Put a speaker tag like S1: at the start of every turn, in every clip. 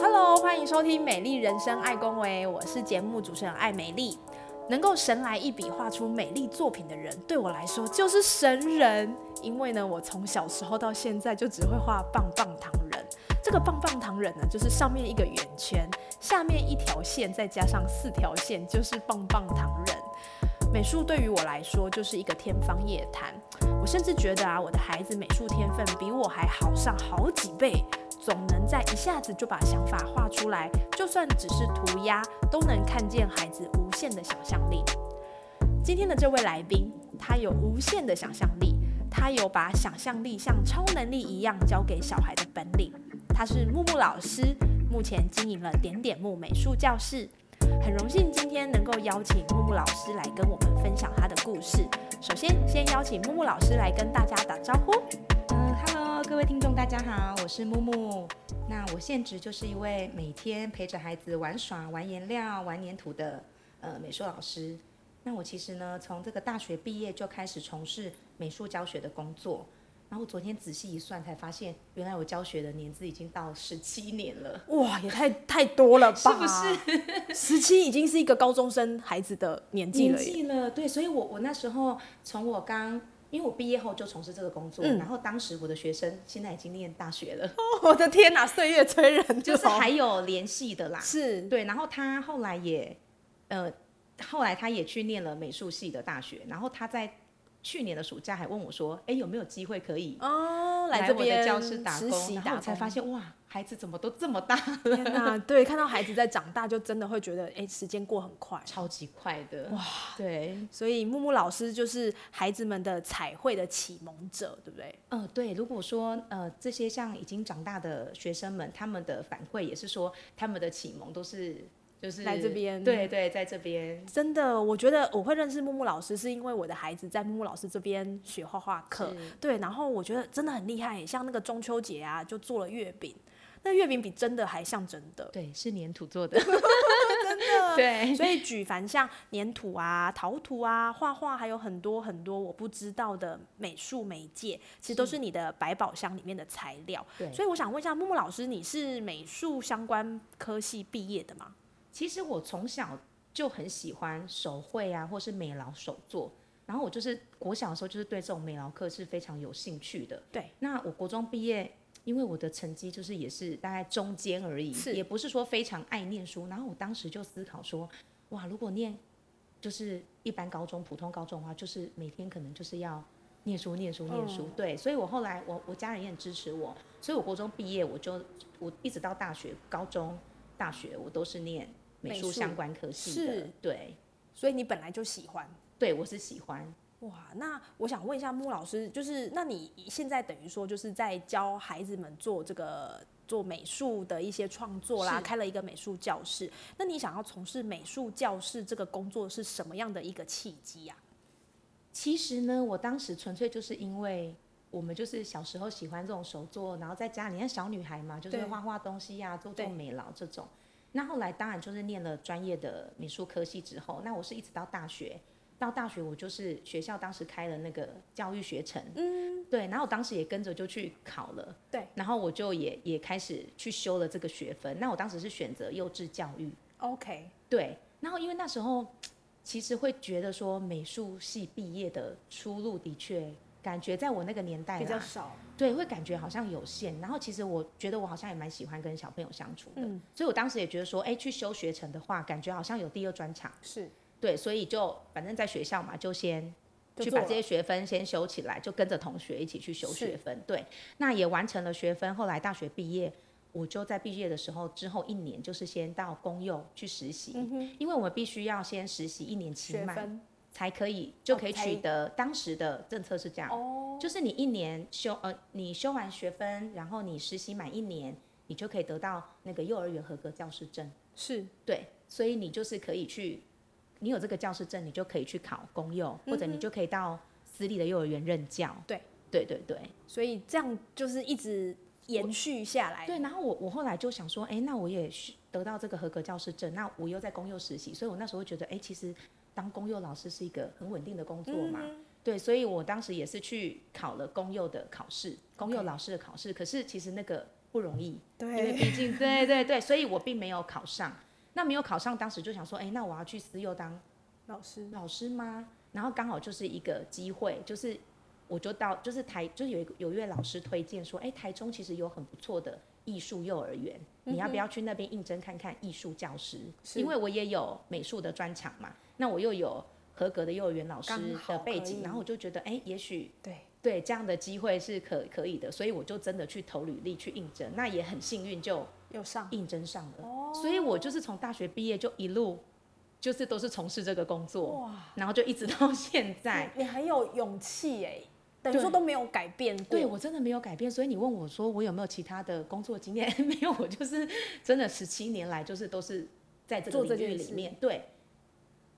S1: Hello，欢迎收听《美丽人生爱公维》，我是节目主持人艾美丽。能够神来一笔画出美丽作品的人，对我来说就是神人。因为呢，我从小时候到现在就只会画棒棒糖人。这个棒棒糖人呢，就是上面一个圆圈，下面一条线，再加上四条线，就是棒棒糖人。美术对于我来说就是一个天方夜谭。我甚至觉得啊，我的孩子美术天分比我还好上好几倍，总能在一下子就把想法画出来，就算只是涂鸦，都能看见孩子无限的想象力。今天的这位来宾，他有无限的想象力，他有把想象力像超能力一样交给小孩的本领。他是木木老师，目前经营了点点木美术教室。很荣幸今天能够邀请木木老师来跟我们分享他的故事。首先，先邀请木木老师来跟大家打招呼。
S2: 嗯，Hello，各位听众，大家好，我是木木。那我现职就是一位每天陪着孩子玩耍、玩颜料、玩粘土的呃美术老师。那我其实呢，从这个大学毕业就开始从事美术教学的工作。然后我昨天仔细一算，才发现原来我教学的年资已经到十七年了。
S1: 哇，也太太多了吧？
S2: 是不是？
S1: 十七已经是一个高中生孩子的年纪
S2: 年
S1: 了耶。
S2: 纪了，对，所以我我那时候从我刚，因为我毕业后就从事这个工作，
S1: 嗯哦
S2: 然后当时我的学生现在已经念大学了，
S1: 我的天哪、岁月催人老，
S2: 就是还有联系的啦。
S1: 是
S2: 对，然后他后来也，呃，后来他也去念了美术系的大学，然后他在去年的暑假还问我说，哎，有没有机会可以
S1: 哦，
S2: 来
S1: 这
S2: 我的
S1: 边
S2: 教室打
S1: 实
S2: 工？
S1: 习
S2: 然
S1: 打
S2: 后我
S1: 工
S2: 才发现哇，孩子怎么都这么大，
S1: 天哪、对，看到孩子在长大，就真的会觉得，哎、时间过很快。
S2: 超级快的哇，对，
S1: 所以木木老师就是孩子们的彩绘的启蒙者，对不对？
S2: 呃，对，如果说呃这些像已经长大的学生们，他们的反馈也是说他们的启蒙都是就是
S1: 来这边
S2: 对对，在这边
S1: 真的，我觉得我会认识木木老师，是因为我的孩子在木木老师这边学画画课
S2: 是，
S1: 对，然后我觉得真的很厉害耶，像那个中秋节啊，就做了月饼，那月饼比真的还像真的，
S2: 对是粘土做 的，
S1: 真 的。
S2: 对，
S1: 所以举凡像粘土啊、陶土啊、画画，还有很多很多我不知道的美术媒介，其实都是你的百宝箱里面的材料。
S2: 对
S1: 所以我想问一下木木老师，你是美术相关科系毕业的吗？
S2: 其实我从小就很喜欢手绘啊，或是美劳手作。然后我就是国小的时候，就是对这种美劳课是非常有兴趣的。
S1: 对，
S2: 那我国中毕业，因为我的成绩就是也是大概中间而已，
S1: 是
S2: 也不是说非常爱念书。然后我当时就思考说，哇，如果念就是一般高中、普通高中的话，就是每天可能就是要念书、念书、念书。
S1: 哦
S2: 对，所以我后来我我家人也很支持我，所以我国中毕业我就我一直到大学、高中、大学我都是念美
S1: 美术
S2: 术相关科系的
S1: 是。
S2: 对，
S1: 所以你本来就喜欢。
S2: 对我是喜欢。
S1: 哇，那我想问一下木老师，就是那你现在等于说就是在教孩子们做这个做美术的一些创作啦，
S2: 是
S1: 开了一个美术教室。那你想要从事美术教室这个工作是什么样的一个契机啊呀、
S2: 其实呢，我当时纯粹就是因为我们就是小时候喜欢这种手作，然后在家里，那小女孩嘛，就是
S1: 对
S2: 画画东西呀、做做
S1: 对
S2: 美劳这种。那后来当然就是念了专业的美术科系之后，那我是一直到大学，到大学我就是学校当时开了那个教育学程，嗯，对，然后我当时也跟着就去考了，
S1: 对，
S2: 然后我就也也开始去修了这个学分。那我当时是选择幼稚教育，
S1: o k
S2: 对，然后因为那时候其实会觉得说美术系毕业的出路的确感觉在我那个年
S1: 哎
S2: 代啦
S1: 少。
S2: 对，会感觉好像有限。然后其实我觉得我好像也蛮喜欢跟小朋友相处的，
S1: 嗯
S2: 所以我当时也觉得说，哎，去修学程的话，感觉好像有第二专场。
S1: 是，
S2: 对，所以就反正在学校嘛，就先
S1: 就
S2: 去
S1: 做
S2: 把
S1: 了
S2: 这些学分先修起来，就跟着同学一起去修
S1: 是
S2: 学分。对，那也完成了学分。后来大学毕业，我就在毕业的时候之后一年，就是先到公幼去实习，因为我们必须要先实习一年期
S1: 嗯学
S2: 满，
S1: 分
S2: 才可以就可以
S1: 才
S2: 取得当时的政策是这样，
S1: 哦，
S2: 就是你一年修呃，你修完学分，然后你实习满一年，你就可以得到那个幼儿园合格教师证。
S1: 是
S2: 对，所以你就是可以去，你有这个教师证，你就可以去考公幼，或者你就可以到私立的幼儿园任教。
S1: 嗯对，
S2: 对对对
S1: 所以这样就是一直延续下来。
S2: 对。然后我我后来就想说，哎，那我也需得到这个合格教师证，那我又在公幼实习，所以我那时候觉得，哎，其实当公幼老师是一个很稳定的工作
S1: 嗯
S2: 嘛。对，所以我当时也是去考了公幼的考试，公幼
S1: OK
S2: 老师的考试。可是其实那个不容易，因为
S1: 对，
S2: 毕竟对对对，所以我并没有考上。那没有考上，当时就想说，哎，那我要去私幼当
S1: 老师
S2: 老师吗？然后刚好就是一个机会，就是我就到就是台，就是有一个有一位老师推荐说，哎，台中其实有很不错的艺术幼儿园，你要不要去那边应征看看艺术教师？
S1: 嗯是
S2: 因为我也有美术的专长嘛，那我又有合格的幼儿园老师
S1: 刚好
S2: 的背
S1: 可以
S2: 景，然后我就觉得，哎，也许
S1: 对
S2: 对这样的机会是可可以的，所以我就真的去投履历去应征，那也很幸运就
S1: 有上
S2: 应征上了。所以我就是从大学毕业就一路就是都是从事这个工作，
S1: 哇，
S2: 然后就一直到现在。
S1: 你很有勇气哎，等于
S2: 对
S1: 说都没有改变过。
S2: 对我真的没有改变，所以你问我说我有没有其他的工作经验？ 没有，我就是真的十七年来就是都是在这
S1: 做
S2: 个
S1: 这
S2: 领域
S1: 件
S2: 里
S1: 事
S2: 面。对，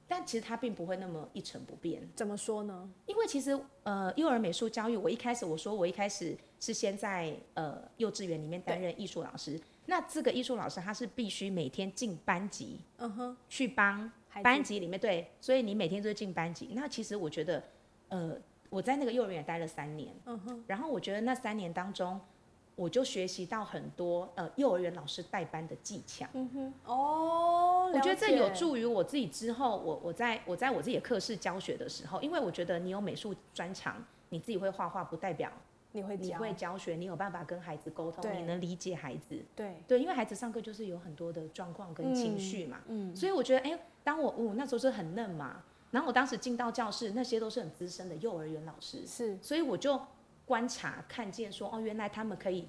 S2: 但其实它并不会那么一成不变。
S1: 怎么说呢？
S2: 因为其实呃，幼儿美术教育，我一开始我说我一开始是先在呃幼稚园里面担任艺术老师。那这个艺术老师他是必须每天进班级
S1: 嗯哼，
S2: 去帮
S1: 孩子
S2: 班级里面对，所以你每天都是进班级。那其实我觉得，呃，我在那个幼儿园也待了三年，
S1: 嗯哼，
S2: 然后我觉得那三年当中，我就学习到很多呃幼儿园老师带班的技巧。
S1: 嗯哼，哦，
S2: 我觉得
S1: 了
S2: 这
S1: 解
S2: 有助于我自己之后，我我在我在我自己的课室教学的时候，因为我觉得你有美术专长，你自己会画画，不代表
S1: 你会
S2: 你
S1: 教
S2: 会教学，你有办法跟孩子沟通，
S1: 对
S2: 你能理解孩子。
S1: 对
S2: 对，因为孩子上课就是有很多的状况跟情绪嘛，
S1: 嗯
S2: 所以我觉得，哎、当我我、那时候是很嫩嘛，然后我当时进到教室，那些都是很资深的幼儿园老师，
S1: 是
S2: 所以我就观察看见说，哦，原来他们可以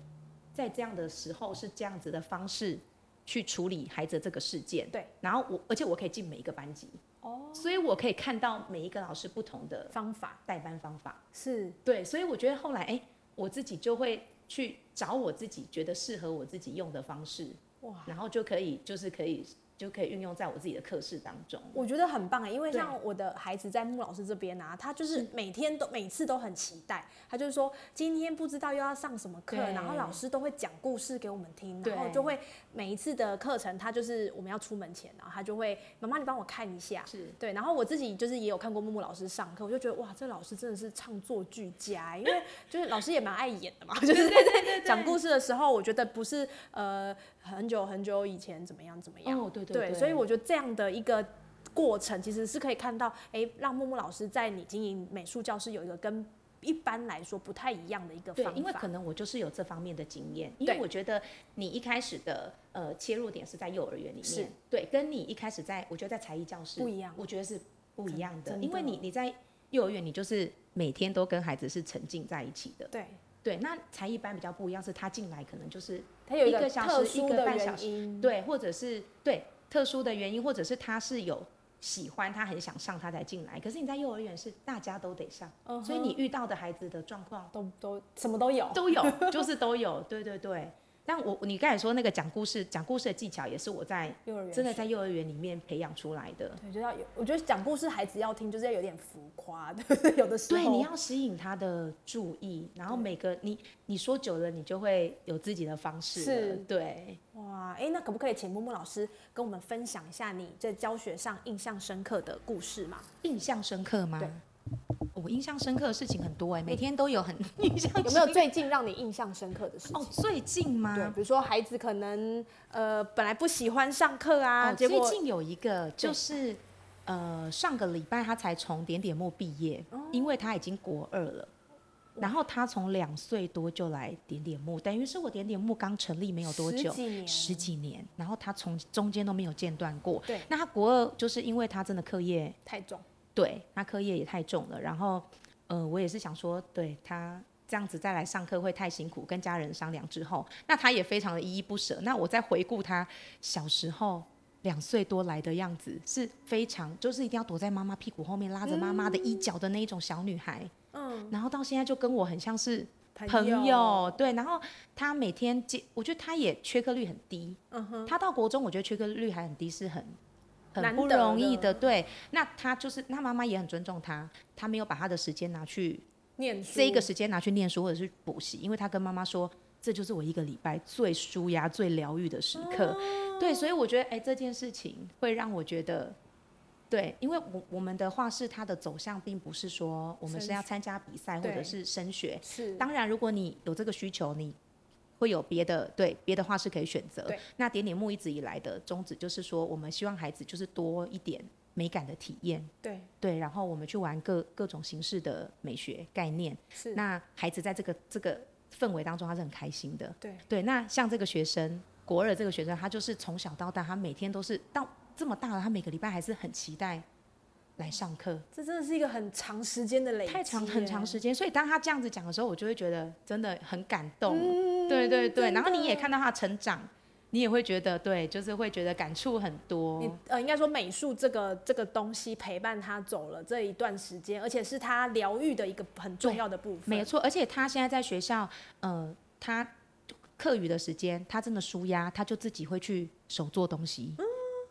S2: 在这样的时候是这样子的方式去处理孩子这个事件。
S1: 对，
S2: 然后我而且我可以进每一个班级，
S1: 哦
S2: 所以我可以看到每一个老师不同的
S1: 方法
S2: 代班方法。
S1: 是
S2: 对，所以我觉得后来，哎、我自己就会去找我自己觉得适合我自己用的方式，
S1: 哇。
S2: 然后就可以就是可以就可以运用在我自己的课室当中。
S1: 我觉得很棒哎，因为
S2: 对
S1: 像我的孩子在穆老师这边啊，他就是每天都每次都很期待，他就是说今天不知道又要上什么课，
S2: 对
S1: 然后老师都会讲故事给我们听，
S2: 对
S1: 然后就会每一次的课程，他就是我们要出门前，然后他就会妈妈你帮我看一下，
S2: 是
S1: 对，然后我自己就是也有看过木木老师上课，我就觉得哇，这老师真的是唱作俱佳，因 为就是老师也蛮爱演的嘛，就是在讲故事的时候，我觉得不是呃很久很久以前怎么样怎么样，
S2: 哦对对对
S1: 所以我觉得这样的一个。过程其实是可以看到，哎、让木木老师在你经营美术教室有一个跟一般来说不太一样的一个
S2: 对
S1: 方法，，
S2: 因为可能我就是有这方面的经验，因为
S1: 对
S2: 我觉得你一开始的呃切入点是在幼儿园里
S1: 是
S2: 面，对，跟你一开始在我觉得在才艺教室
S1: 不一样
S2: 我觉得是不一样的，
S1: 真的
S2: 因为你你在幼儿园你就是每天都跟孩子是沉浸在一起的，
S1: 对
S2: 对，那才艺班比较不一样，是他进来可能就是
S1: 它有
S2: 一
S1: 个
S2: 个小时
S1: 特殊
S2: 一个
S1: 的
S2: 半
S1: 原
S2: 小时
S1: 因，
S2: 对，或者是对特殊的原因，或者是他是有喜欢，他很想上，他才进来。可是你在幼儿园是大家都得上，
S1: 嗯哼
S2: 所以你遇到的孩子的状况
S1: 都都什 么都有，
S2: 都有，就是都有，对对对。但我你刚才说那个讲故事，讲故事的技巧也是我在
S1: 幼儿园
S2: 真的
S1: 学
S2: 在幼儿园里面培养出来的。
S1: 对，就要有，我觉得讲故事孩子要听，就是要有点浮夸， 对不对？有的时候
S2: 对，你要吸引他的注意，然后每个你你说久了，你就会有自己的方式了。
S1: 是
S2: 对，
S1: 哇，哎，那可不可以请木木老师跟我们分享一下你在教学上印象深刻的故事嘛？
S2: 印象深刻吗？我印象深刻的事情很多哎、每
S1: 嗯
S2: 天都有很 印象深刻
S1: 有没有最近让你印象深刻的事情？
S2: 哦，最近
S1: 对，
S2: 吗？
S1: 比如说孩子可能呃本来不喜欢上课啊，
S2: 哦，
S1: 结
S2: 最
S1: 果
S2: 近有一个就是，呃，上个礼拜他才从点点木毕业，
S1: 哦
S2: 因为他已经国二了。然后他从两岁多就来点点木，等于是我点点木刚成立没有多
S1: 十
S2: 久，
S1: 几年
S2: 十几年。然后他从中间都没有间断过。
S1: 对
S2: 那他国二就是因为他真的课业
S1: 太重，
S2: 对，那课业也太重了。然后，呃，我也是想说，对他这样子再来上课会太辛苦，跟家人商量之后，那他也非常的依依不舍。那我再回顾他小时候两岁多来的样子，是非常就是一定要躲在妈妈屁股后面拉着妈妈的衣角的那一种小女孩。
S1: 嗯，
S2: 然后到现在就跟我很像是朋友，对，然后他每天接，我觉得他也缺课率很低。
S1: 嗯哼，
S2: 他到国中，我觉得缺课率还很低，是很
S1: 难
S2: 很不
S1: 得
S2: 容易
S1: 的
S2: 的。对，那他就是，那妈妈也很尊重他，他没有把他的时间拿去
S1: 念书
S2: 这一个时间拿去念书或者是补习，因为他跟妈妈说，这就是我一个礼拜最舒压、最疗愈的时刻。
S1: 哦
S2: 对，所以我觉得，哎，这件事情会让我觉得。对，因为我我们的画室它的走向并不是说我们是
S1: 升
S2: 要
S1: 学
S2: 参加比赛或者
S1: 对
S2: 是升学，
S1: 是
S2: 当然，如果你有这个需求，你会有别的对别的画室可以选择
S1: 对。
S2: 那点点木一直以来的宗旨就是说，我们希望孩子就是多一点美感的体验，
S1: 对
S2: 对，然后我们去玩各各种形式的美学概念。
S1: 是
S2: 那孩子在这个这个氛围当中，他是很开心的。
S1: 对
S2: 对，那像这个学生，国二这个学生，他就是从小到大，他每天都是到这么大了，他每个礼拜还是很期待来上课。
S1: 这真的是一个很长时间的累积耶，
S2: 太长很长时间，所以当他这样子讲的时候，我就会觉得真的很感动。对对对，
S1: 嗯真
S2: 然后
S1: 的
S2: 你也看到他成长，你也会觉得对，就是会觉得感触很
S1: 你
S2: 多。
S1: 呃，应该说美术这个这个东西陪伴他走了这一段时间，而且是他疗愈的一个很重要的部分。
S2: 没错，而且他现在在学校，呃，他课余的时间，他真的舒压，他就自己会去手做东西。
S1: 嗯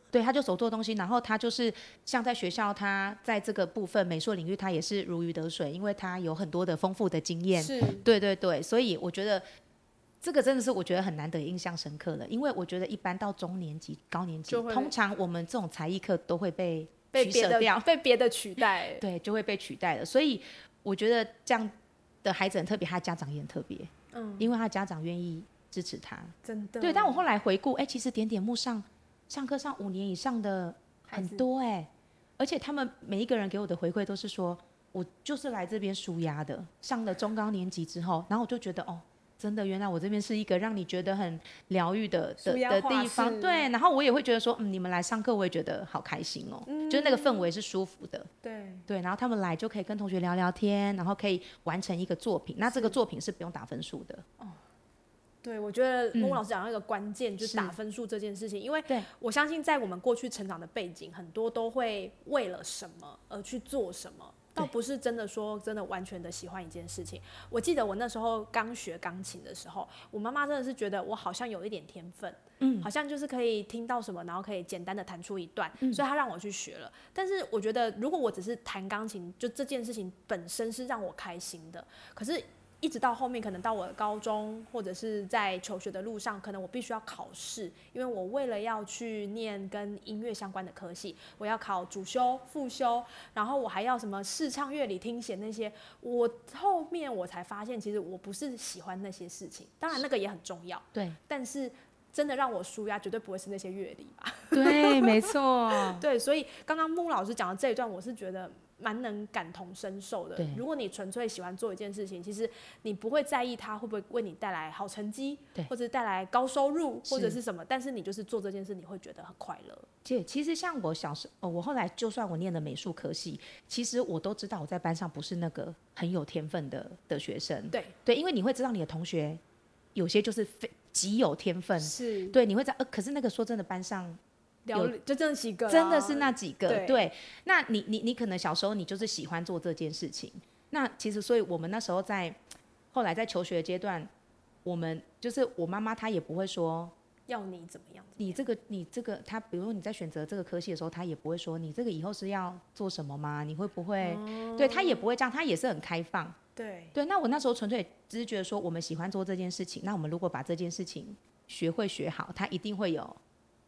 S2: 对，他就手做东西，然后他就是像在学校，他在这个部分美术领域，他也是如鱼得水，因为他有很多的丰富的经验。
S1: 是
S2: 对对对，所以我觉得这个真的是我觉得很难得印象深刻了，因为我觉得一般到中年级、高年级
S1: 就，会
S2: 通常我们这种才艺课都会被
S1: 被
S2: 取
S1: 别
S2: 舍
S1: 的
S2: 掉，
S1: 被别的取代。
S2: 对，就会被取代了。所以我觉得这样的孩子很特别，他的家长也很特别，
S1: 嗯，
S2: 因为他的家长愿意支持他。
S1: 真的。
S2: 对，但我后来回顾，哎、其实点点目上上课上五年以上的
S1: 孩
S2: 很
S1: 子
S2: 多哎、而且他们每一个人给我的回馈都是说，我就是来这边舒压的。上了中高年级之后，然后我就觉得哦，真的，原来我这边是一个让你觉得很疗愈的的
S1: 舒压
S2: 的
S1: 画
S2: 地方。
S1: 室
S2: 对，然后我也会觉得说，嗯，你们来上课，我也觉得好开心哦，
S1: 嗯
S2: 就是那个氛围是舒服的。
S1: 对
S2: 对，然后他们来就可以跟同学聊聊天，然后可以完成一个作品。那这个作品是不用打分数的。
S1: 对，我觉得孟老师讲到一个关键，就是
S2: 是
S1: 打分数这件事情，因为
S2: 嗯对
S1: 我相信在我们过去成长的背景，很多都会为了什么而去做什么。倒
S2: 对
S1: 不是真的说真的完全的喜欢一件事情。我记得我那时候刚学钢琴的时候，我妈妈真的是觉得我好像有一点天分，嗯，好像就是可以听到什么，然后可以简单的弹出一段，
S2: 嗯
S1: 所以她让我去学了。但是我觉得，如果我只是弹钢琴，就这件事情本身是让我开心的，可是。一直到后面，可能到我高中或者是在求学的路上，可能我必须要考试，因为我为了要去念跟音乐相关的科系，我要考主修、副修，然后我还要什么视唱、乐理、听写那些。我后面我才发现，其实我不是喜欢那些事情，当然那个也很重要，
S2: 对
S1: 但是真的让我舒压，绝对不会是那些乐理吧。
S2: 对，没错。
S1: 对，所以刚刚穆老师讲的这一段，我是觉得蛮能感同身受的
S2: 对。
S1: 如果你纯粹喜欢做一件事情，其实你不会在意它会不会为你带来好成绩
S2: 对，
S1: 或者带来高收入，或者
S2: 是
S1: 是什么，但是你就是做这件事，你会觉得很快乐。
S2: 姐，其实像我小时哦，我后来就算我念了美术科系，其实我都知道我在班上不是那个很有天分的的学生。
S1: 对，
S2: 对，因为你会知道你的同学有些就是非极有天分，
S1: 是
S2: 对，你会在呃，可是那个说真的，班上
S1: 聊就这几个啊，
S2: 真的是那几个，
S1: 对
S2: 对。那你你你可能小时候你就是喜欢做这件事情，那其实所以我们那时候在后来在求学阶段，我们就是我妈妈她也不会说
S1: 要你怎么样？
S2: 你这个，你这个，他比如你在选择这个科系的时候，他也不会说你这个以后是要做什么吗？你会不会？
S1: 哦
S2: 对他也不会这样，他也是很开放。
S1: 对，
S2: 对，那我那时候纯粹只是觉得说，我们喜欢做这件事情，那我们如果把这件事情学会学好，它一定会有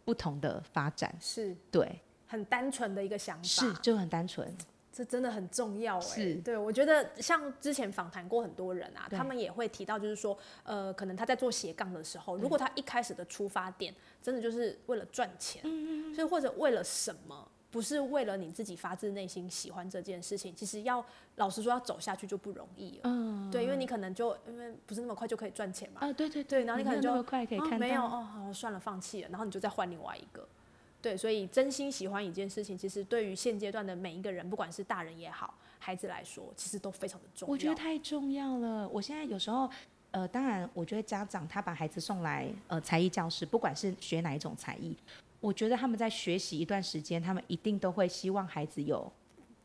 S2: 不同的发展。
S1: 是
S2: 对，
S1: 很单纯的一个想法，
S2: 是就很单纯。
S1: 这真的很重要哎、
S2: 是
S1: 对我觉得像之前访谈过很多人啊，
S2: 对
S1: 他们也会提到，就是说，呃，可能他在做斜杠的时候，如果他一开始的出发点真的就是为了赚钱，
S2: 嗯
S1: 所以或者为了什么，不是为了你自己发自内心喜欢这件事情，其实要老实说，要走下去就不容易了。
S2: 嗯，
S1: 对，因为你可能就因为不是那么快就可以赚钱嘛，
S2: 啊，对对
S1: 对然后你
S2: 你没
S1: 可能
S2: 有
S1: 就
S2: 那么快可以
S1: 哦
S2: 看到，
S1: 没有哦，好，算了，放弃了，然后你就再换另外一个。对，所以真心喜欢一件事情，其实对于现阶段的每一个人，不管是大人也好，孩子来说，其实都非常的重要。
S2: 我觉得太重要了。我现在有时候，呃，当然，我觉得家长他把孩子送来呃才艺教室，不管是学哪一种才艺，我觉得他们在学习一段时间，他们一定都会希望孩子有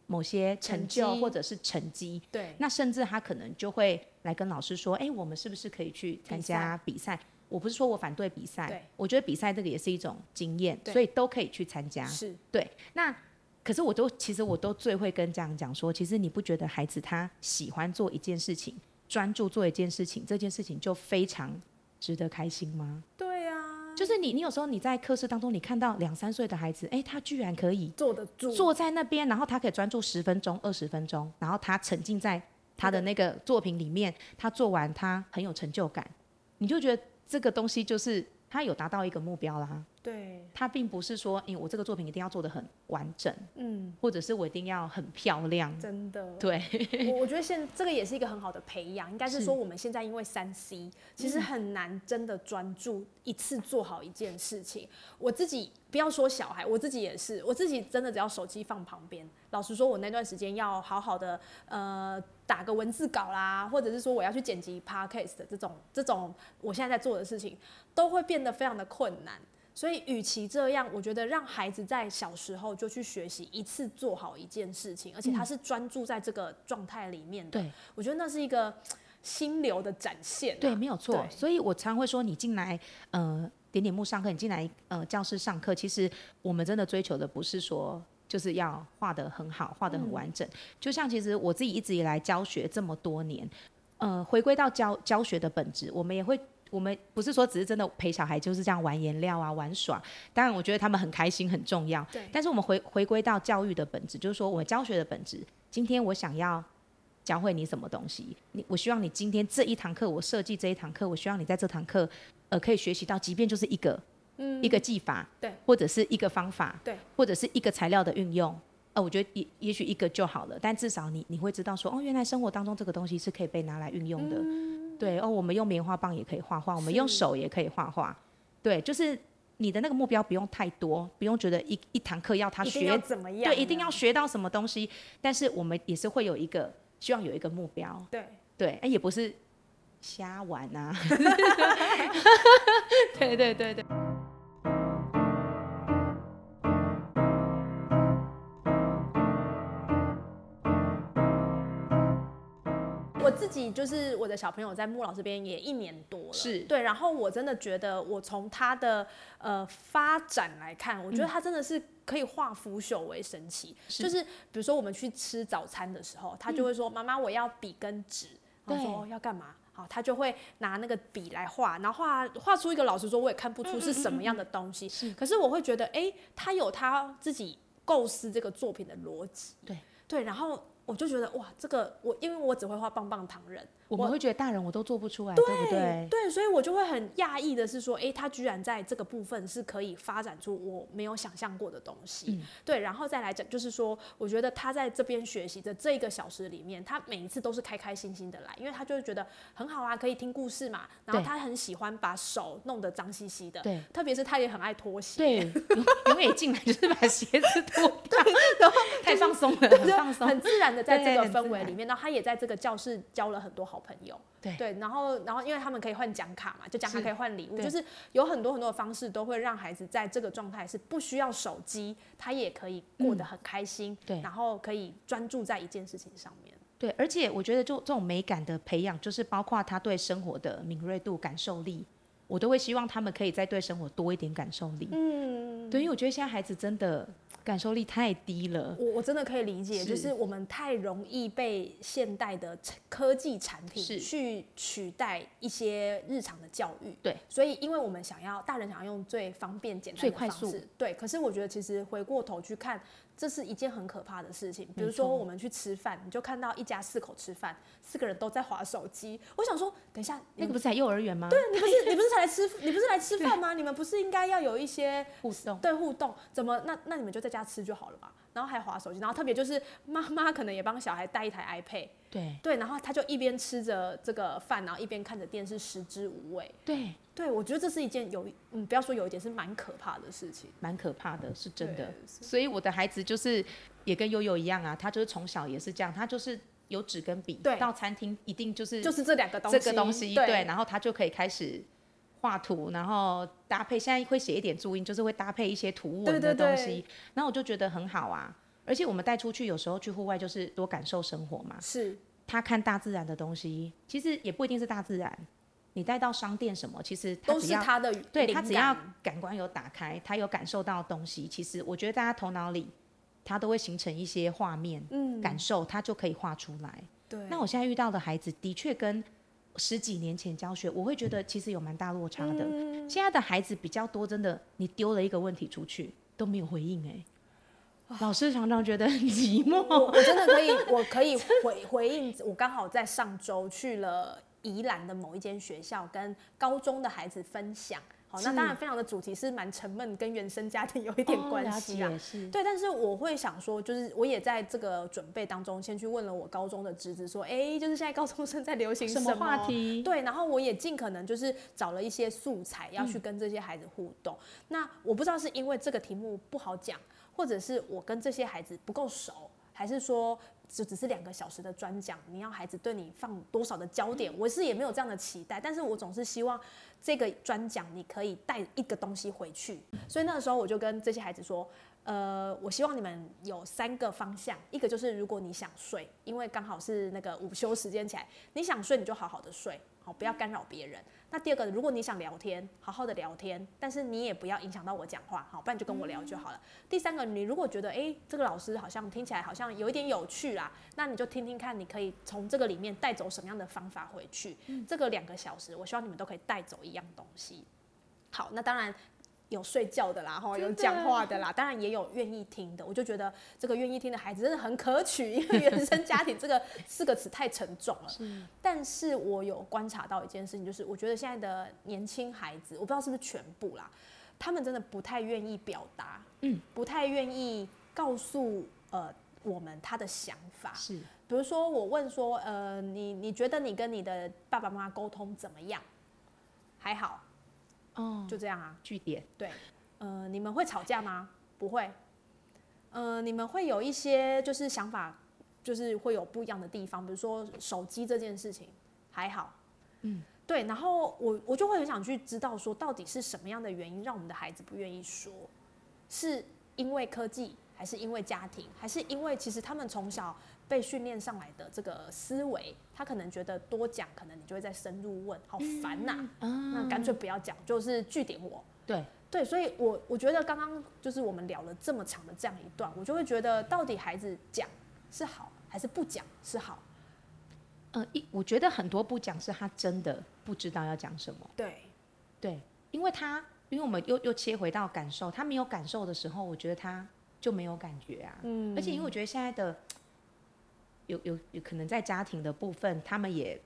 S2: 某些成就
S1: 成绩
S2: 或者是成绩，
S1: 对，
S2: 那甚至他可能就会来跟老师说：“哎、我们是不是可以去参加比赛？”我不是说我反对比
S1: 对
S2: 赛，我觉得比赛这个也是一种经验，
S1: 对
S2: 所以都可以去参加。
S1: 是
S2: 对，那可是我都其实我都最会跟家长讲说，其实你不觉得孩子他喜欢做一件事情，专注做一件事情，这件事情就非常值得开心吗？
S1: 对啊，
S2: 就是你，你有时候你在课室当中，你看到两三岁的孩子，哎，他居然可以
S1: 坐得住，
S2: 坐在那边，然后他可以专注十分钟、二十分钟，然后他沉浸在他的那个作品里面，他做完他很有成就感，你就觉得这个东西就是他有达到一个目标啦。
S1: 对，
S2: 他并不是说，哎、我这个作品一定要做的很完整，
S1: 嗯，
S2: 或者是我一定要很漂亮。
S1: 真的，
S2: 对，
S1: 我我觉得现这个也是一个很好的培养，应该是
S2: 是
S1: 说我们现在因为三 C，其
S2: 嗯
S1: 实很难真的专注一次做好一件事情。我自己不要说小孩，我自己也是，我自己真的只要手机放旁边，老实说，我那段时间要好好的呃打个文字稿啦，或者是说我要去剪辑 podcast 的这种这种我现在在做的事情，都会变得非常的困难。所以，与其这样，我觉得让孩子在小时候就去学习一次做好一件事情，而且他是专注在这个状态里面的。
S2: 嗯对
S1: 我觉得那是一个心流的展现、啊。
S2: 对，没有错
S1: 对。
S2: 所以我常会说，你进来，呃，点点木上课，你进来，呃，教室上课，其实我们真的追求的不是说。就是要画得很好，画得很完
S1: 嗯
S2: 整。就像其实我自己一直以来教学这么多年，呃，回归到教教学的本质，我们也会，我们不是说只是真的陪小孩就是这样玩颜料啊、玩耍。当然，我觉得他们很开心很重要。
S1: 对
S2: 但是我们回回归到教育的本质，就是说我教学的本质。今天我想要教会你什么东西，你我希望你今天这一堂课，我设计这一堂课，我希望你在这堂课，呃，可以学习到，即便就是一个，
S1: 嗯
S2: 一个技法，
S1: 对，
S2: 或者是一个方法，
S1: 对，
S2: 或者是一个材料的运用。呃，我觉得也也许一个就好了，但至少你你会知道说，哦，原来生活当中这个东西是可以被拿来运用的，对哦，我们用棉花棒也可以画画，我们用
S1: 嗯是
S2: 手也可以画画，对，就是你的那个目标不用太多，不用觉得一一堂课要他
S1: 一定
S2: 学
S1: 要怎么样？
S2: 对，一定要学到什么东西。但是我们也是会有一个希望有一个目标，
S1: 对。
S2: 对，哎、也不是瞎玩 啊。对对对对。
S1: 我自己就是我的小朋友在穆老师边也一年多了，
S2: 是
S1: 对，然后我真的觉得我从他的呃发展来看，我觉得他真的是可以化腐朽为神奇。
S2: 是
S1: 嗯就是比嗯如说我们去吃早餐的时候，他就会说：“妈妈，我要笔跟纸。”我说
S2: 对
S1: 哦：“要干嘛？”好，他就会拿那个笔来画，然后画画出一个，老实说我也看不出是什么样的东西。
S2: 是
S1: 嗯可是我会觉得，哎、他有他自己构思这个作品的逻辑。
S2: 对
S1: 对，然后我就觉得哇，这个我因为我只会画棒棒糖人，
S2: 我们会觉得大人我都做不出来，对不对？
S1: 对，所以我就会很讶异的是说，诶，他居然在这个部分是可以发展出我没有想象过的东西。
S2: 嗯
S1: 对，然后再来讲，就是说，我觉得他在这边学习的这一个小时里面，他每一次都是开开心心的来，因为他就会觉得很好啊，可以听故事嘛。然后
S2: 对
S1: 他很喜欢把手弄得脏兮兮的，
S2: 对
S1: 特别是他也很爱脱鞋，
S2: 对，永永远一进来就是把鞋子脱掉， 然后太放松了，很
S1: 就
S2: 放松。
S1: 很自然的在这
S2: 对
S1: 个
S2: 很自
S1: 氛围
S2: 然
S1: 里面，然后他也在这个教室交了很多好朋友。
S2: 对
S1: 然后然后因为他们可以换奖卡嘛，就奖卡
S2: 是
S1: 可以换礼物，
S2: 对
S1: 就是有很多很多的方式都会让孩子在这个状态是不需要手机，他也可以过得很开心，
S2: 嗯对
S1: 然后可以专注在一件事情上面。
S2: 对，而且我觉得就这种美感的培养，就是包括他对生活的敏锐度、感受力，我都会希望他们可以再对生活多一点感受力。
S1: 嗯，
S2: 对，因为我觉得现在孩子真的感受力太低了。
S1: 我我真的可以理解，
S2: 嗯是
S1: 就是我们太容易被现代的产科技产品
S2: 是
S1: 去取代一些日常的教育。
S2: 对，
S1: 所以因为我们想要大人想要用最方便简单
S2: 最
S1: 的
S2: 快
S1: 方
S2: 速
S1: 式，对。可是我觉得其实回过头去看，这是一件很可怕的事情。比如
S2: 没
S1: 说
S2: 错
S1: 我们去吃饭，你就看到一家四口吃饭，四个人都在划手机。我想说，等一下，
S2: 那
S1: 你
S2: 个不是在幼儿园吗？对，
S1: 你不是你不是才来吃 你不是来吃饭吗？你们不是应该要有一些
S2: 互动
S1: 对互动？怎么那那你们就在家吃就好了嘛？然后还划手机，然后特别就是妈妈可能也帮小孩带一台 iPad，
S2: 对
S1: 对，然后他就一边吃着这个饭，然后一边看着电视，食之无味。
S2: 对，
S1: 对，我觉得这是一件有嗯，不要说有一点是蛮可怕的事情。
S2: 蛮可怕的，是真的
S1: 对。是
S2: 所以我的孩子就是也跟悠悠一样啊，他就是从小也是这样，他就是有纸跟笔
S1: 对，
S2: 到餐厅一定就是
S1: 就是这两个东西，
S2: 这个东西，
S1: 对，
S2: 对，然后他就可以开始。画图，然后搭配，现在会写一点注音，就是会搭配一些图
S1: 对
S2: 文
S1: 对
S2: 的东
S1: 对
S2: 西。然后我就觉得很好啊，而且我们带出去，有时候去户外就是多感受生活嘛。
S1: 是
S2: 他看大自然的东西，其实也不一定是大自然。你带到商店什么，其实他
S1: 都
S2: 只
S1: 是
S2: 要
S1: 他的
S2: 对
S1: 灵
S2: 他只要
S1: 感
S2: 感官有打开，他有感受到东西，其实我觉得大家头脑里他都会形成一些画面、
S1: 嗯
S2: 感受，他就可以画出来。
S1: 对，
S2: 那我现在遇到的孩子的确跟十几年前教学，我会觉得其实有蛮大落差的。
S1: 嗯
S2: 现在的孩子比较多，真的你丢了一个问题出去都没有回应、哎，老师常常觉得很寂
S1: 啊我
S2: 寞。哦
S1: 我真的可以，我可以回回应。我刚好在上周去了宜兰的某一间学校，跟高中的孩子分享。好，那
S2: 是
S1: 当然分享的主题是蛮沉闷，跟原生家庭有一点关系啊。
S2: 哦了解是
S1: 对，但是我会想说，就是我也在这个准备当中，先去问了我高中的侄子说，哎、就是现在高中生在流行
S2: 什么
S1: 么
S2: 话题
S1: 哦对，然后我也尽可能就是找了一些素材要去跟这些孩子互动。那我不知道是因为这个题目不好讲，或者是我跟这些孩子不够熟，还是说就只是两个小时的专讲，你要孩子对你放多少的焦点？我是也没有这样的期待，但是我总是希望这个专讲你可以带一个东西回去。所以那个时候我就跟这些孩子说。呃，我希望你们有三个方向，一个就是如果你想睡，因为刚好是那个午休时间起来，你想睡你就好好的睡，好不要干扰别人。那第二个，如果你想聊天，好好的聊天，但是你也不要影响到我讲话，好，不然你就跟我聊就好了。第三个，你如果觉得诶这个老师好像听起来好像有一点有趣啦，那你就听听看，你可以从这个里面带走什么样的方法回去。
S2: 嗯
S1: 这个两个小时，我希望你们都可以带走一样东西。好，那当然。有睡觉的啦，哈，有
S2: 真的
S1: 讲话的啦，当然也有愿意听的。我就觉得这个愿意听的孩子真的很可取， 因为原生家庭这个四个词太沉重了。但是我有观察到一件事情，就是我觉得现在的年轻孩子，我不知道是不是全部啦，他们真的不太愿意表达，嗯，不太愿意告诉呃我们他的想法。
S2: 是
S1: 比如说，我问说，呃，你你觉得你跟你的爸爸妈妈沟通怎么样？还好，
S2: 哦，
S1: 就这样啊。
S2: 据点
S1: 对，呃，你们会吵架吗？不会。呃，你们会有一些就是想法，就是会有不一样的地方，比如说手机这件事情，还好。嗯，对。然后我我就会很想去知道说，到底是什么样的原因让我们的孩子不愿意说，是因为科技，还是因为家庭，还是因为其实他们从小被训练上来的这个思维，他可能觉得多讲，可能你就会再深入问，好烦呐、
S2: 啊，
S1: 那干脆不要讲，就是据点我。
S2: 对，
S1: 对，所以我我觉得刚刚就是我们聊了这么长的这样一段，我就会觉得到底孩子讲是好还是不讲是好？
S2: 呃，一我觉得很多不讲是他真的不知道要讲什么。
S1: 对，
S2: 对，因为他，因为我们又又切回到感受，他没有感受的时候，我觉得他就没有感觉啊。
S1: 嗯
S2: 而且因为我觉得现在的有有有可能在家庭的部分，他们也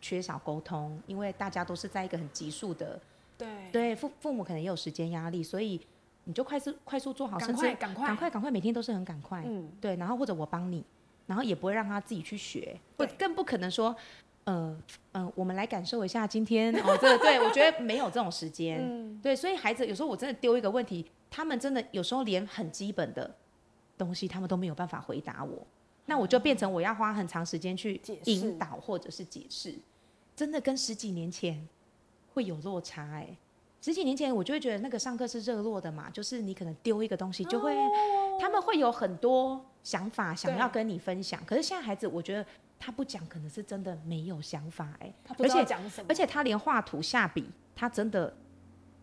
S2: 缺少沟通，因为大家都是在一个很急速的，
S1: 对
S2: 对父父母可能也有时间压力，所以你就快速快速做好，
S1: 赶
S2: 甚至
S1: 快赶快
S2: 赶快赶快，每天都是很赶快。
S1: 嗯，
S2: 对，然后或者我帮你，然后也不会让他自己去学，不
S1: 对
S2: 更不可能说，呃呃，我们来感受一下今天哦，这个对我觉得没有这种时间，
S1: 嗯
S2: 对，所以孩子有时候我真的丢一个问题，他们真的有时候连很基本的东西他们都没有办法回答我，那我就变成我要花很长时间去
S1: 解释
S2: 引导或者是解释，真的跟十几年前会有落差哎、十几年前我就会觉得那个上课是热络的嘛，就是你可能丢一个东西就
S1: 哦
S2: 会，他们会有很多想法想要跟你分享。可是现在孩子，我觉得他不讲，可能是真的没有想法哎、
S1: 他不
S2: 而
S1: 知道
S2: 且
S1: 讲什么，
S2: 而且他连画图、下笔，他真的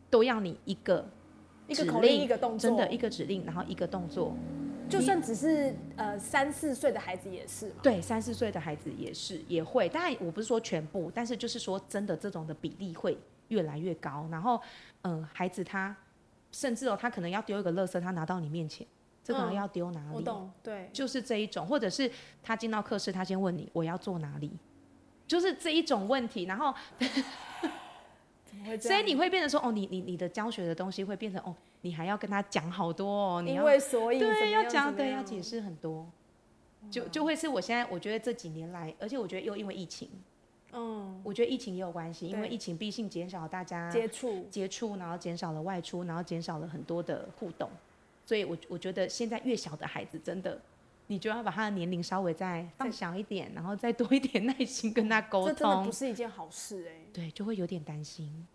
S2: 都要你一个
S1: 一
S2: 指
S1: 个口
S2: 令
S1: 令一个动作，嗯
S2: 真的一个指令，然后一个动作。
S1: 就算只是呃三四岁的孩子也是嘛，
S2: 对，三四岁的孩子也是也会，当然我不是说全部，但是就是说真的这种的比例会越来越高。然后，嗯、孩子他甚至哦，他可能要丢一个垃圾，他拿到你面前，这个
S1: 嗯
S2: 要丢哪
S1: 我
S2: 里？
S1: 懂，对，
S2: 就是这一种，或者是他进到课室，他先问你我要坐哪里，就是这一种问题。然后，
S1: 怎么会这
S2: 所以
S1: 样？
S2: 你会变成说，哦，你你你的教学的东西会变成哦，你还要跟他讲好多哦，你
S1: 因
S2: 要
S1: 为所以怎么
S2: 对，要
S1: 样
S2: 讲
S1: 怎么
S2: 对，要
S1: 样
S2: 解释很多，就就会是我现在我觉得这几年来，而且我觉得又因为疫情，
S1: 嗯
S2: 我觉得疫情也有关系，因为
S1: 对
S2: 疫情毕竟减少大家
S1: 接触，
S2: 接触，然后减少了外出，然后减少了很多的互动，所以我我觉得现在越小的孩子真的。你就要把他的年龄稍微再放小一点，然后再多一点耐心跟他沟
S1: 这真的
S2: 通
S1: 不，是一件好事哎、
S2: 对，就会有点担心。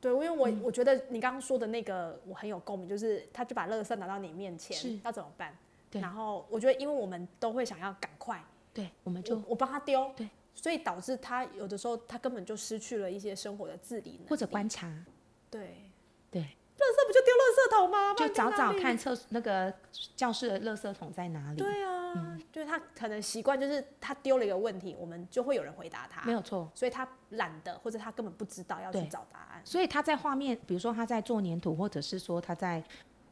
S1: 对，因为我、
S2: 嗯
S1: 我觉得你刚刚说的那个我很有共鸣，就是他就把垃圾拿到你面前
S2: 是，
S1: 要怎么办？然后我觉得，因为我们都会想要赶快，
S2: 对，我们就
S1: 我我帮他丢，
S2: 对，
S1: 所以导致他有的时候他根本就失去了一些生活的自理能力，
S2: 或者观察，
S1: 对，
S2: 对，
S1: 垃圾不就丢垃圾桶吗？
S2: 就
S1: 不然丢
S2: 找
S1: 哪
S2: 找
S1: 里
S2: 看厕那个教室的垃圾桶在哪里，嗯
S1: 对啊，就是他可能习惯，就是他丢了一个问题，我们就会有人回答他，
S2: 没有错。
S1: 所以他懒得，或者他根本不知道要去
S2: 对
S1: 找答案。
S2: 所以他在画面，比如说他在做粘土，或者是说他在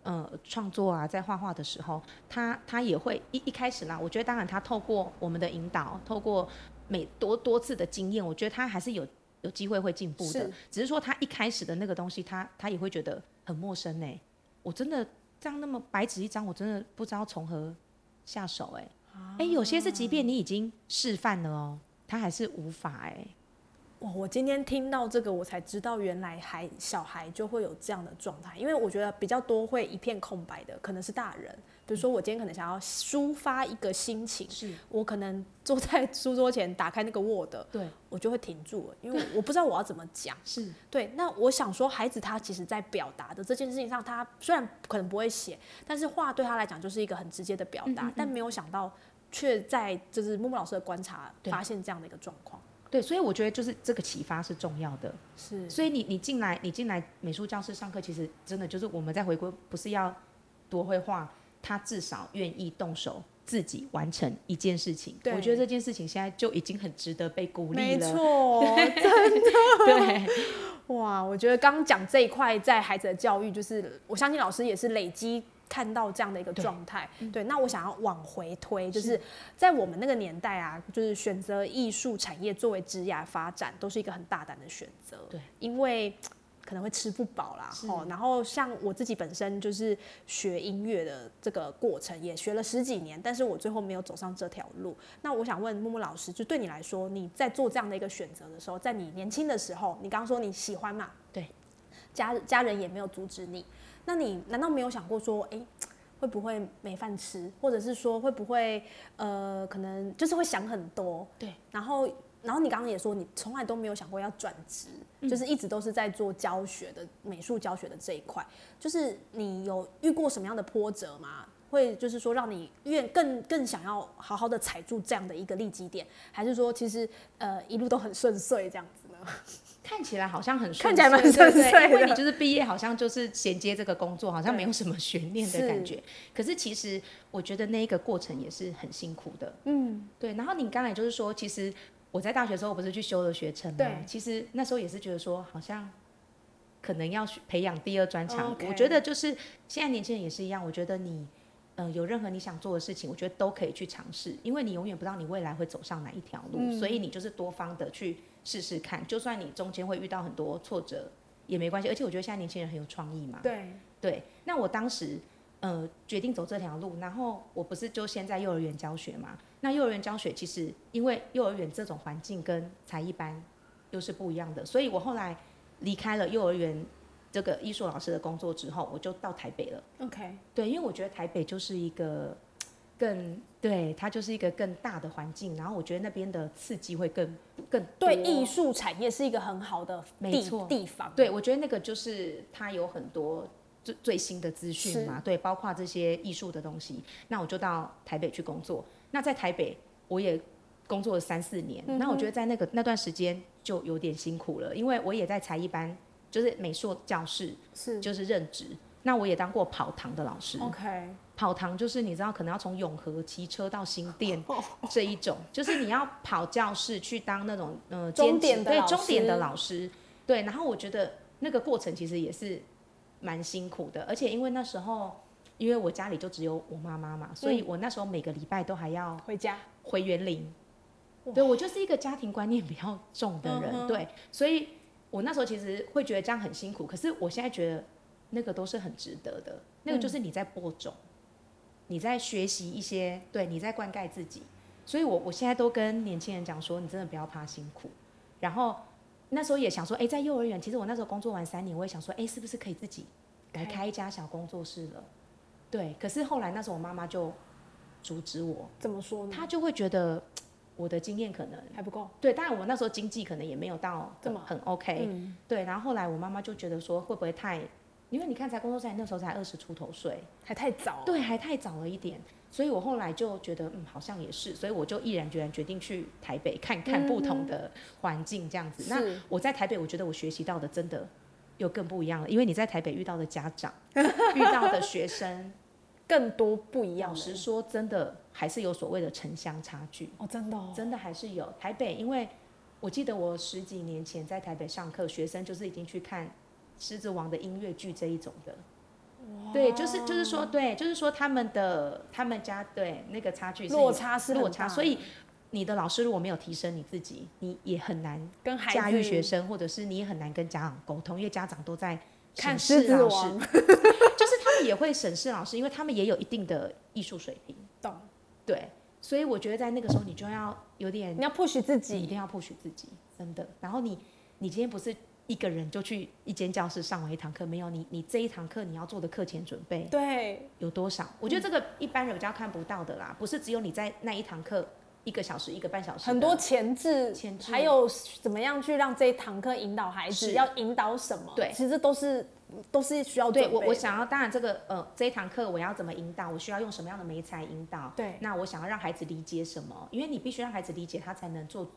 S2: 呃创作啊，在画画的时候，他他也会一一开始啦，我觉得当然他透过我们的引导，透过每多多次的经验，我觉得他还是有有机会会进步的
S1: 是，
S2: 只是说他一开始的那个东西，他他也会觉得很陌生呢、我真的这样那么白纸一张，我真的不知道从何下手哎、哎、有些是即便你已经示范了哦，他还是无法哎、
S1: 哇，我今天听到这个，我才知道原来孩小孩就会有这样的状态，因为我觉得比较多会一片空白的，可能是大人。比如说，我今天可能想要抒发一个心情，
S2: 是
S1: 我可能坐在书桌前打开那个 Word，
S2: 对，
S1: 我就会停住了，因为我不知道我要怎么讲。
S2: 是
S1: 对，那我想说，孩子他其实在表达的这件事情上，他虽然可能不会写，但是话对他来讲就是一个很直接的表达，但没有想到却在就是木木老师的观察
S2: 对
S1: 发现这样的一个状况，
S2: 对，所以我觉得就是这个启发是重要的。
S1: 是
S2: 所以你你进来你进来美术教室上课，其实真的就是我们在回归，不是要多会画，他至少愿意动手自己完成一件事情。
S1: 对
S2: 我觉得这件事情现在就已经很值得被鼓励
S1: 没
S2: 了。
S1: 错，
S2: 对，
S1: 哇，我觉得刚刚讲这一块在孩子的教育，就是我相信老师也是累积。看到这样的一个状态，对，那我想要往回推，就是在我们那个年代啊，就是选择艺术产业作为职涯发展，都是一个很大胆的选择，
S2: 对，
S1: 因为可能会吃不饱啦，哦，然后像我自己本身就是学音乐的这个过程，也学了十几年，但是我最后没有走上这条路。那我想问木木老师，就对你来说，你在做这样的一个选择的时候，在你年轻的时候，你刚刚说你喜欢嘛？
S2: 对，
S1: 家家人也没有阻止你，那你难道没有想过说，哎、会不会没饭吃，或者是说会不会呃，可能就是会想很多，
S2: 对，
S1: 然后。然后你刚刚也说，你从来都没有想过要转职，就是一直都是在做教学的美术教学的这一块。就是你有遇过什么样的波折吗？会就是说让你愿更更想要好好的踩住这样的一个利基点，还是说其实呃一路都很顺遂这样子呢？
S2: 看起来好像很顺
S1: 看起来蛮
S2: 遂对对
S1: 顺遂
S2: 因为
S1: 的
S2: 你就是毕业好像就是衔接这个工作，好像
S1: 对
S2: 没有什么悬念的感
S1: 是
S2: 觉。可是其实我觉得那一个过程也是很辛苦的。
S1: 嗯，
S2: 对，然后你刚才就是说，其实我在大学的时候，我不是去修了学程吗？
S1: 对
S2: 其实那时候也是觉得说，好像可能要去培养第二专长。
S1: OK
S2: 我觉得就是现在年轻人也是一样，我觉得你。呃，有任何你想做的事情，我觉得都可以去尝试，因为你永远不知道你未来会走上哪一条路，所
S1: 嗯
S2: 以你就是多方的去试试看。就算你中间会遇到很多挫折也没关系，而且我觉得现在年轻人很有创意嘛。
S1: 对，
S2: 对，那我当时呃决定走这条路，然后我不是就先在幼儿园教学嘛？那幼儿园教学其实因为幼儿园这种环境跟才艺班又是不一样的，所以我后来离开了幼儿园这个艺术老师的工作之后，我就到台北了。
S1: OK，
S2: 对，因为我觉得台北就是一个更对，它就是一个更大的环境，然后我觉得那边的刺激会更更
S1: 对
S2: 多
S1: 艺术产业是一个很好的
S2: 没
S1: 地
S2: 错
S1: 地方。
S2: 对，我觉得那个就是它有很多最最新的资讯嘛，对，包括这些艺术的东西。那我就到台北去工作。那在台北我也工作了三四年，那我觉得在那个那段时间就有点辛苦了，因为我也在才艺班，就是美术教室，
S1: 是
S2: 就是任职。那我也当过跑堂的老师
S1: OK，
S2: 跑堂就是你知道，可能要从永和骑车到新店
S1: 哦
S2: 这一种， 就是你要跑教室去当那种呃
S1: 终
S2: 兼职
S1: 点的
S2: 对
S1: 老
S2: 终点的
S1: 师
S2: 老师，对。然后我觉得那个过程其实也是蛮辛苦的，而且因为那时候因为我家里就只有我妈妈嘛，所
S1: 嗯
S2: 以我那时候每个礼拜都还要
S1: 回家
S2: 回园林。对我就是一个家庭观念比较重的人，对，所以我那时候其实会觉得这样很辛苦，可是我现在觉得那个都是很值得的，那个就是你在播种，你在学习一些，对，你在灌溉自己。所以我我现在都跟年轻人讲说，你真的不要怕辛苦。然后那时候也想说，哎、在幼儿园，其实我那时候工作完三年，我也想说，哎、是不是可以自己来
S1: 开
S2: 开一家小工作室了？对，可是后来那时候我妈妈就阻止我，
S1: 怎么说呢？
S2: 他就会觉得我的经验可能
S1: 还不够，
S2: 对，当然我那时候经济可能也没有到
S1: 这
S2: 很
S1: 么嗯
S2: 很 OK，、对。然后后来我妈妈就觉得说会不会太因为你看才工作站那时候才二十出头岁，
S1: 还太早。
S2: 对，还太早了一点，所以我后来就觉得，嗯，好像也是，所以我就毅然决然决定去台北看看不同的环境，这样子。那
S1: 嗯是
S2: 我在台北，我觉得我学习到的真的又更不一样了，因为你在台北遇到的家 长、遇到的学生，
S1: 更多不一样
S2: 老
S1: 的
S2: 实说，真的还是有所谓的城乡差距，
S1: 哦，真的哦，
S2: 真的还是有。台北，因为我记得我十几年前在台北上课，学生就是已经去看《狮子王》的音乐剧这一种的。对，就是就是说，对，就是说他们的他们家对那个差距是
S1: 落
S2: 有
S1: 差是很
S2: 落差，
S1: 大
S2: 所以你的老师如果没有提升你自己，你也很难
S1: 跟孩子
S2: 驾驭学生，或者是你也很难跟家长沟通，因为家长都在
S1: 看啊
S2: 审
S1: 狮
S2: 视
S1: 子
S2: 老师，
S1: 王，
S2: 就是他们也会审视老师，因为他们也有一定的艺术水平。
S1: 懂？
S2: 对，所以我觉得在那个时候你就要有点
S1: 你要 push 自
S2: 你一
S1: 己，
S2: 定要 push 自己，真的。然后你，你今天不是一个人就去一间教室上完一堂课，没有你，你这一堂课你要做的课前准备
S1: 对，
S2: 有多少？我觉得这个一般人比较看不到的啦，不是只有你在那一堂课一个小时、一个半小时的，
S1: 很多啊前置，
S2: 前置
S1: 还有怎么样去让这一堂课引导孩子，
S2: 是
S1: 要引导什么？
S2: 对
S1: 其实都是都是需要
S2: 对
S1: 准
S2: 我，
S1: 备
S2: 我
S1: 的
S2: 想要，当然这个呃，这一堂课我要怎么引导？我需要用什么样的媒材引导？
S1: 对
S2: 那我想要让孩子理解什么？因为你必须让孩子理解，他才能做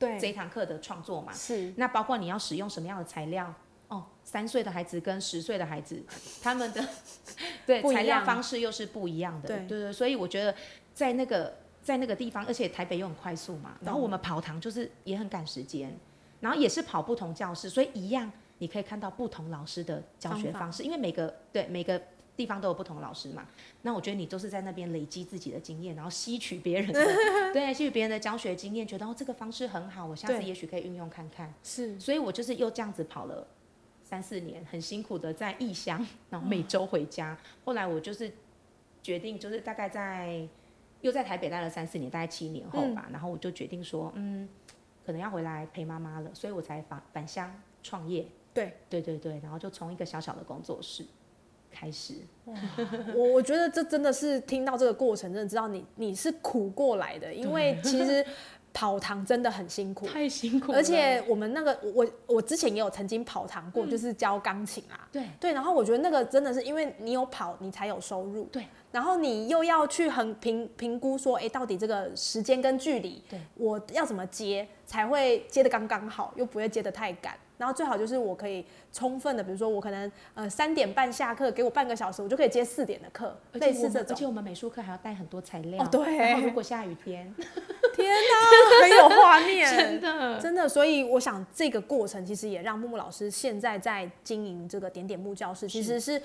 S2: 这一
S1: 对
S2: 堂课的创作嘛。
S1: 是
S2: 那包括你要使用什么样的材料？哦，三岁的孩子跟十岁的孩 子，他们的对
S1: 不一
S2: 材料
S1: 样
S2: 方式又是不一样的。
S1: 对
S2: 对对，所以我觉得在那个在那个地方，而且台北又很快速嘛，然后我们跑堂就是也很赶时间，然后也是跑不同教室，所以一样你可以看到不同老师的教学
S1: 方法
S2: 方式，因为每个对每个。地方都有不同的老师嘛，那我觉得你都是在那边累积自己的经验，然后吸取别人 的，对，吸取别人的教学经验，觉得哦这个方式很好，我下次
S1: 对
S2: 也许可以运用看看。
S1: 是
S2: 所以我就是又这样子跑了三四年，很辛苦的在异乡，然后每周回家。后来我就是决定，就是大概在又在台北待了三四年，大概七年后吧。
S1: 嗯
S2: 然后我就决定说，嗯，可能要回来陪妈妈了，所以我才返返乡创业。
S1: 对，
S2: 对对对，然后就从一个小小的工作室开始。
S1: 我我觉得这真的是听到这个过程，真的知道你你是苦过来的，因为其实跑堂真的很辛苦，
S2: 太辛苦
S1: 而且我们那个我我我之前也有曾经跑堂过，就是教钢琴啊。
S2: 对
S1: 对，然后我觉得那个真的是因为你有跑，你才有收入。
S2: 对，
S1: 然后你又要去很评评估说，哎，到底这个时间跟距离，
S2: 对，
S1: 我要怎么接才会接的刚刚好，又不会接的太赶。然后最好就是我可以充分的，比如说我可能呃三点半下课，给我半个小时，我就可以接四点的课，
S2: 而且
S1: 类
S2: 我
S1: 似
S2: 们
S1: 这
S2: 而且
S1: 种。
S2: 我们美术课还要带很多材料，
S1: 哦对
S2: 然后如果下雨天，
S1: 天哪，很有画 面，
S2: 的
S1: 真的，所以我想这个过程其实也让木木老师现在在经营这个点点木教室，其实是。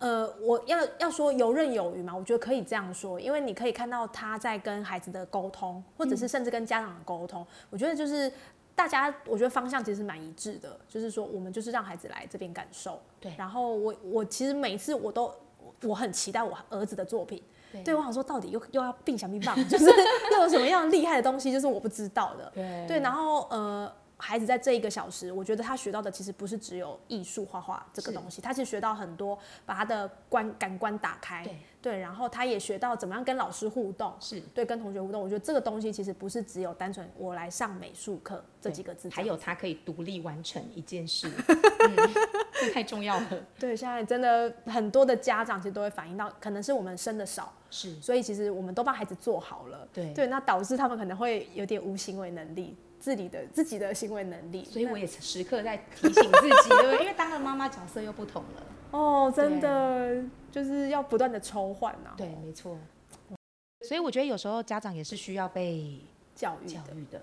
S1: 呃，我要要说游刃有余嘛，我觉得可以这样说，因为你可以看到他在跟孩子的沟通，或者是甚至跟家长的沟通，我觉得就是大家，我觉得方向其实蛮一致的，就是说我们就是让孩子来这边感受，
S2: 对
S1: 然后我我其实每一次我都我很期待我儿子的作品，对我想说到底又又要并想并棒，就是又有什么样厉害的东西，就是我不知道的，
S2: 对
S1: 对，然后呃，孩子在这一个小时，我觉得他学到的其实不是只有艺术画画这个
S2: 是
S1: 东西，他其实学到很多，把他的观感官打开，
S2: 对
S1: 然后他也学到怎么样跟老师互动，
S2: 是
S1: 对，跟同学互动。我觉得这个东西其实不是只有单纯我来上美术课这
S2: 对
S1: 几个字，
S2: 还有他可以独立完成一件 事，嗯、这太重要了。
S1: 对，现在真的很多的家长其实都会反映到，可能是我们生的少，
S2: 是
S1: 所以其实我们都帮孩子做好了，
S2: 对
S1: 对，那导致他们可能会有点无行为能力。自己的自己的行为能力，
S2: 所以我也时刻在提醒自己，对不对？因为当了妈妈角色又不同了。
S1: 哦，真的就是要不断的抽换啊，
S2: 对，没错。所以我觉得有时候家长也是需要被
S1: 教育
S2: 教
S1: 的。
S2: 育的，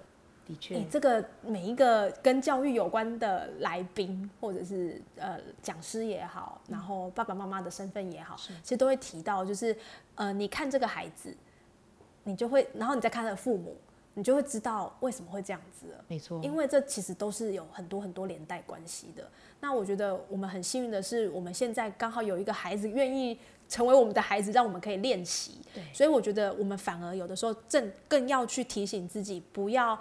S2: 的确。
S1: 你、这个每嗯一个跟教育有关的来宾，或者是呃讲师也好，
S2: 嗯
S1: 然后爸爸妈妈的身份也好，其实都会提到，就是呃，你看这个孩子，你就会，然后你再看他的父母，你就会知道为什么会这样子了。
S2: 没错，
S1: 因为这其实都是有很多很多连带关系的。那我觉得我们很幸运的是，我们现在刚好有一个孩子愿意成为我们的孩子，让我们可以练习。
S2: 对
S1: 所以我觉得我们反而有的时候正更要去提醒自己，不要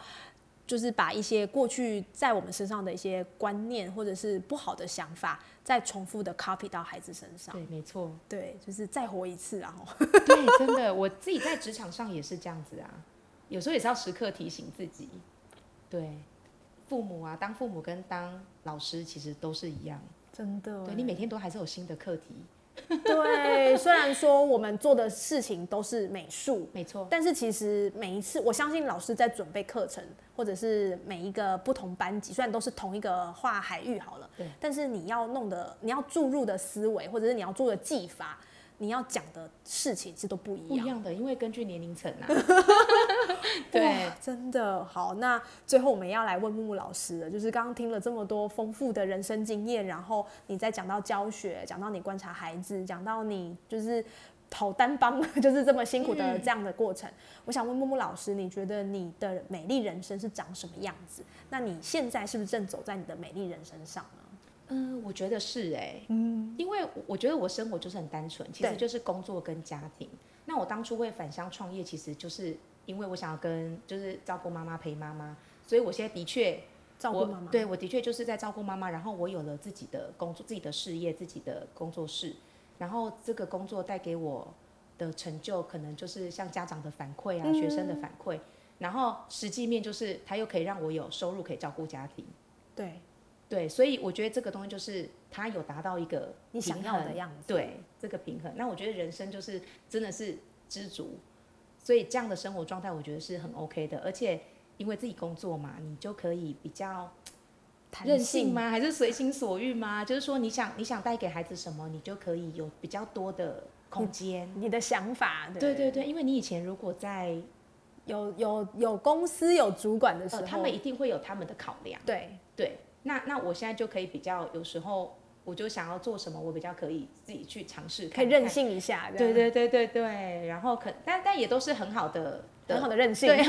S1: 就是把一些过去在我们身上的一些观念或者是不好的想法，再重复的 copy 到孩子身上。
S2: 对，没 错，
S1: 对，就是再活一次，然后
S2: 对，真的，我自己在职场上也是这样子啊，有时候也是要时刻提醒自己，对，父母啊，当父母跟当老师其实都是一样，
S1: 真的
S2: 对你每天都还是有新的课题，
S1: 对，虽然说我们做的事情都是美术，
S2: 没错，
S1: 但是其实每一次，我相信老师在准备课程，或者是每一个不同班级，虽然都是同一个画海域好了，
S2: 对
S1: 但是你要弄的，你要注入的思维，或者是你要做的技法，你要讲的事情是都不一
S2: 不一
S1: 样。
S2: 样的，因为根据年龄层 啊，
S1: 哇
S2: 对，
S1: 真的好。那最后我们要来问木木老师了，就是刚刚听了这么多丰富的人生经验，然后你再讲到教学，讲到你观察孩子，讲到你就是跑单帮， 就是这么辛苦
S2: 嗯
S1: 的这样的过程。我想问木木老师，你觉得你的美丽人生是长什么样子？那你现在是不是正走在你的美丽人生上呢？
S2: 嗯，我觉得是哎、
S1: 嗯，
S2: 因为我我觉得我生活就是很单纯，其实
S1: 对
S2: 就是工作跟家庭。那我当初会返乡创业，其实就是因为我想要跟就是照顾妈妈陪妈妈，所以我现在的确
S1: 照顾
S2: 我
S1: 妈妈，
S2: 对我的确就是在照顾妈妈，然后我有了自己的工作、自己的事业、自己的工作室，然后这个工作带给我的成就，可能就是像家长的反馈啊、学生
S1: 嗯
S2: 的反馈，然后实际面就是它又可以让我有收入可以照顾家庭，
S1: 对
S2: 对，所以我觉得这个东西就是它有达到一个
S1: 你想
S2: 平
S1: 要的
S2: 衡
S1: 样子，
S2: 对这个平衡。那我觉得人生就是真的是知足，所以这样的生活状态我觉得是很 OK 的，而且因为自己工作嘛，你就可以比较。
S1: 弹
S2: 任性？吗？还是随心所欲吗？就是说，你想你想带给孩子什么，你就可以有比较多的空间。
S1: 你的想法，对
S2: 嗯对对对，因为你以前如果在，
S1: 有有有公司有主管的时候，
S2: 呃，他们一定会有他们的考量。
S1: 对
S2: 对，那那我现在就可以比较，有时候我就想要做什么，我比较可以自己去尝试看
S1: 可以
S2: 看，
S1: 任。性一下，这
S2: 对
S1: 样
S2: 对对对对，然后可但但也都是很好的，
S1: 很好的任性，
S2: 对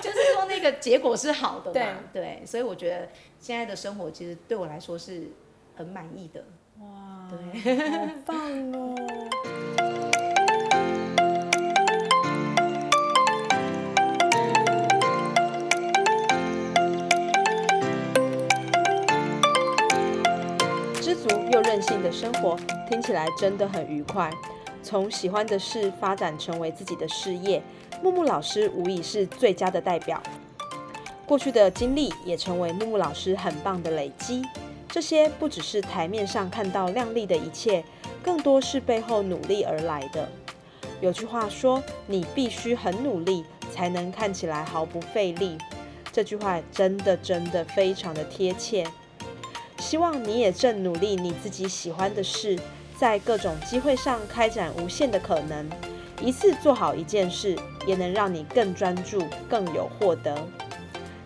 S2: 就是说那个结果是好的嘛。对，所以我觉得现在的生活其实对我来说是很满意的。
S1: 哇，
S2: 对。
S1: 好棒哦！
S3: 知足又任性的生活，听起来真的很愉快。从喜欢的事发展成为自己的事业，木木老师无疑是最佳的代表。过去的经历也成为木木老师很棒的累积。这些不只是台面上看到亮丽的一切，更多是背后努力而来的。有句话说：“你必须很努力，才能看起来毫不费力。”这句话真的真的非常的贴切。希望你也正努力你自己喜欢的事，在各种机会上开展无限的可能。一次做好一件事，也能让你更专注、更有获得。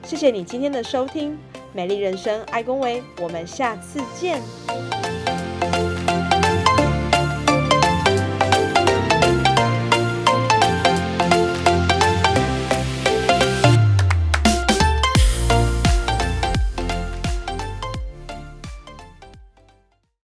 S3: 谢谢你今天的收听，美丽人生，爱公维，我们下次见。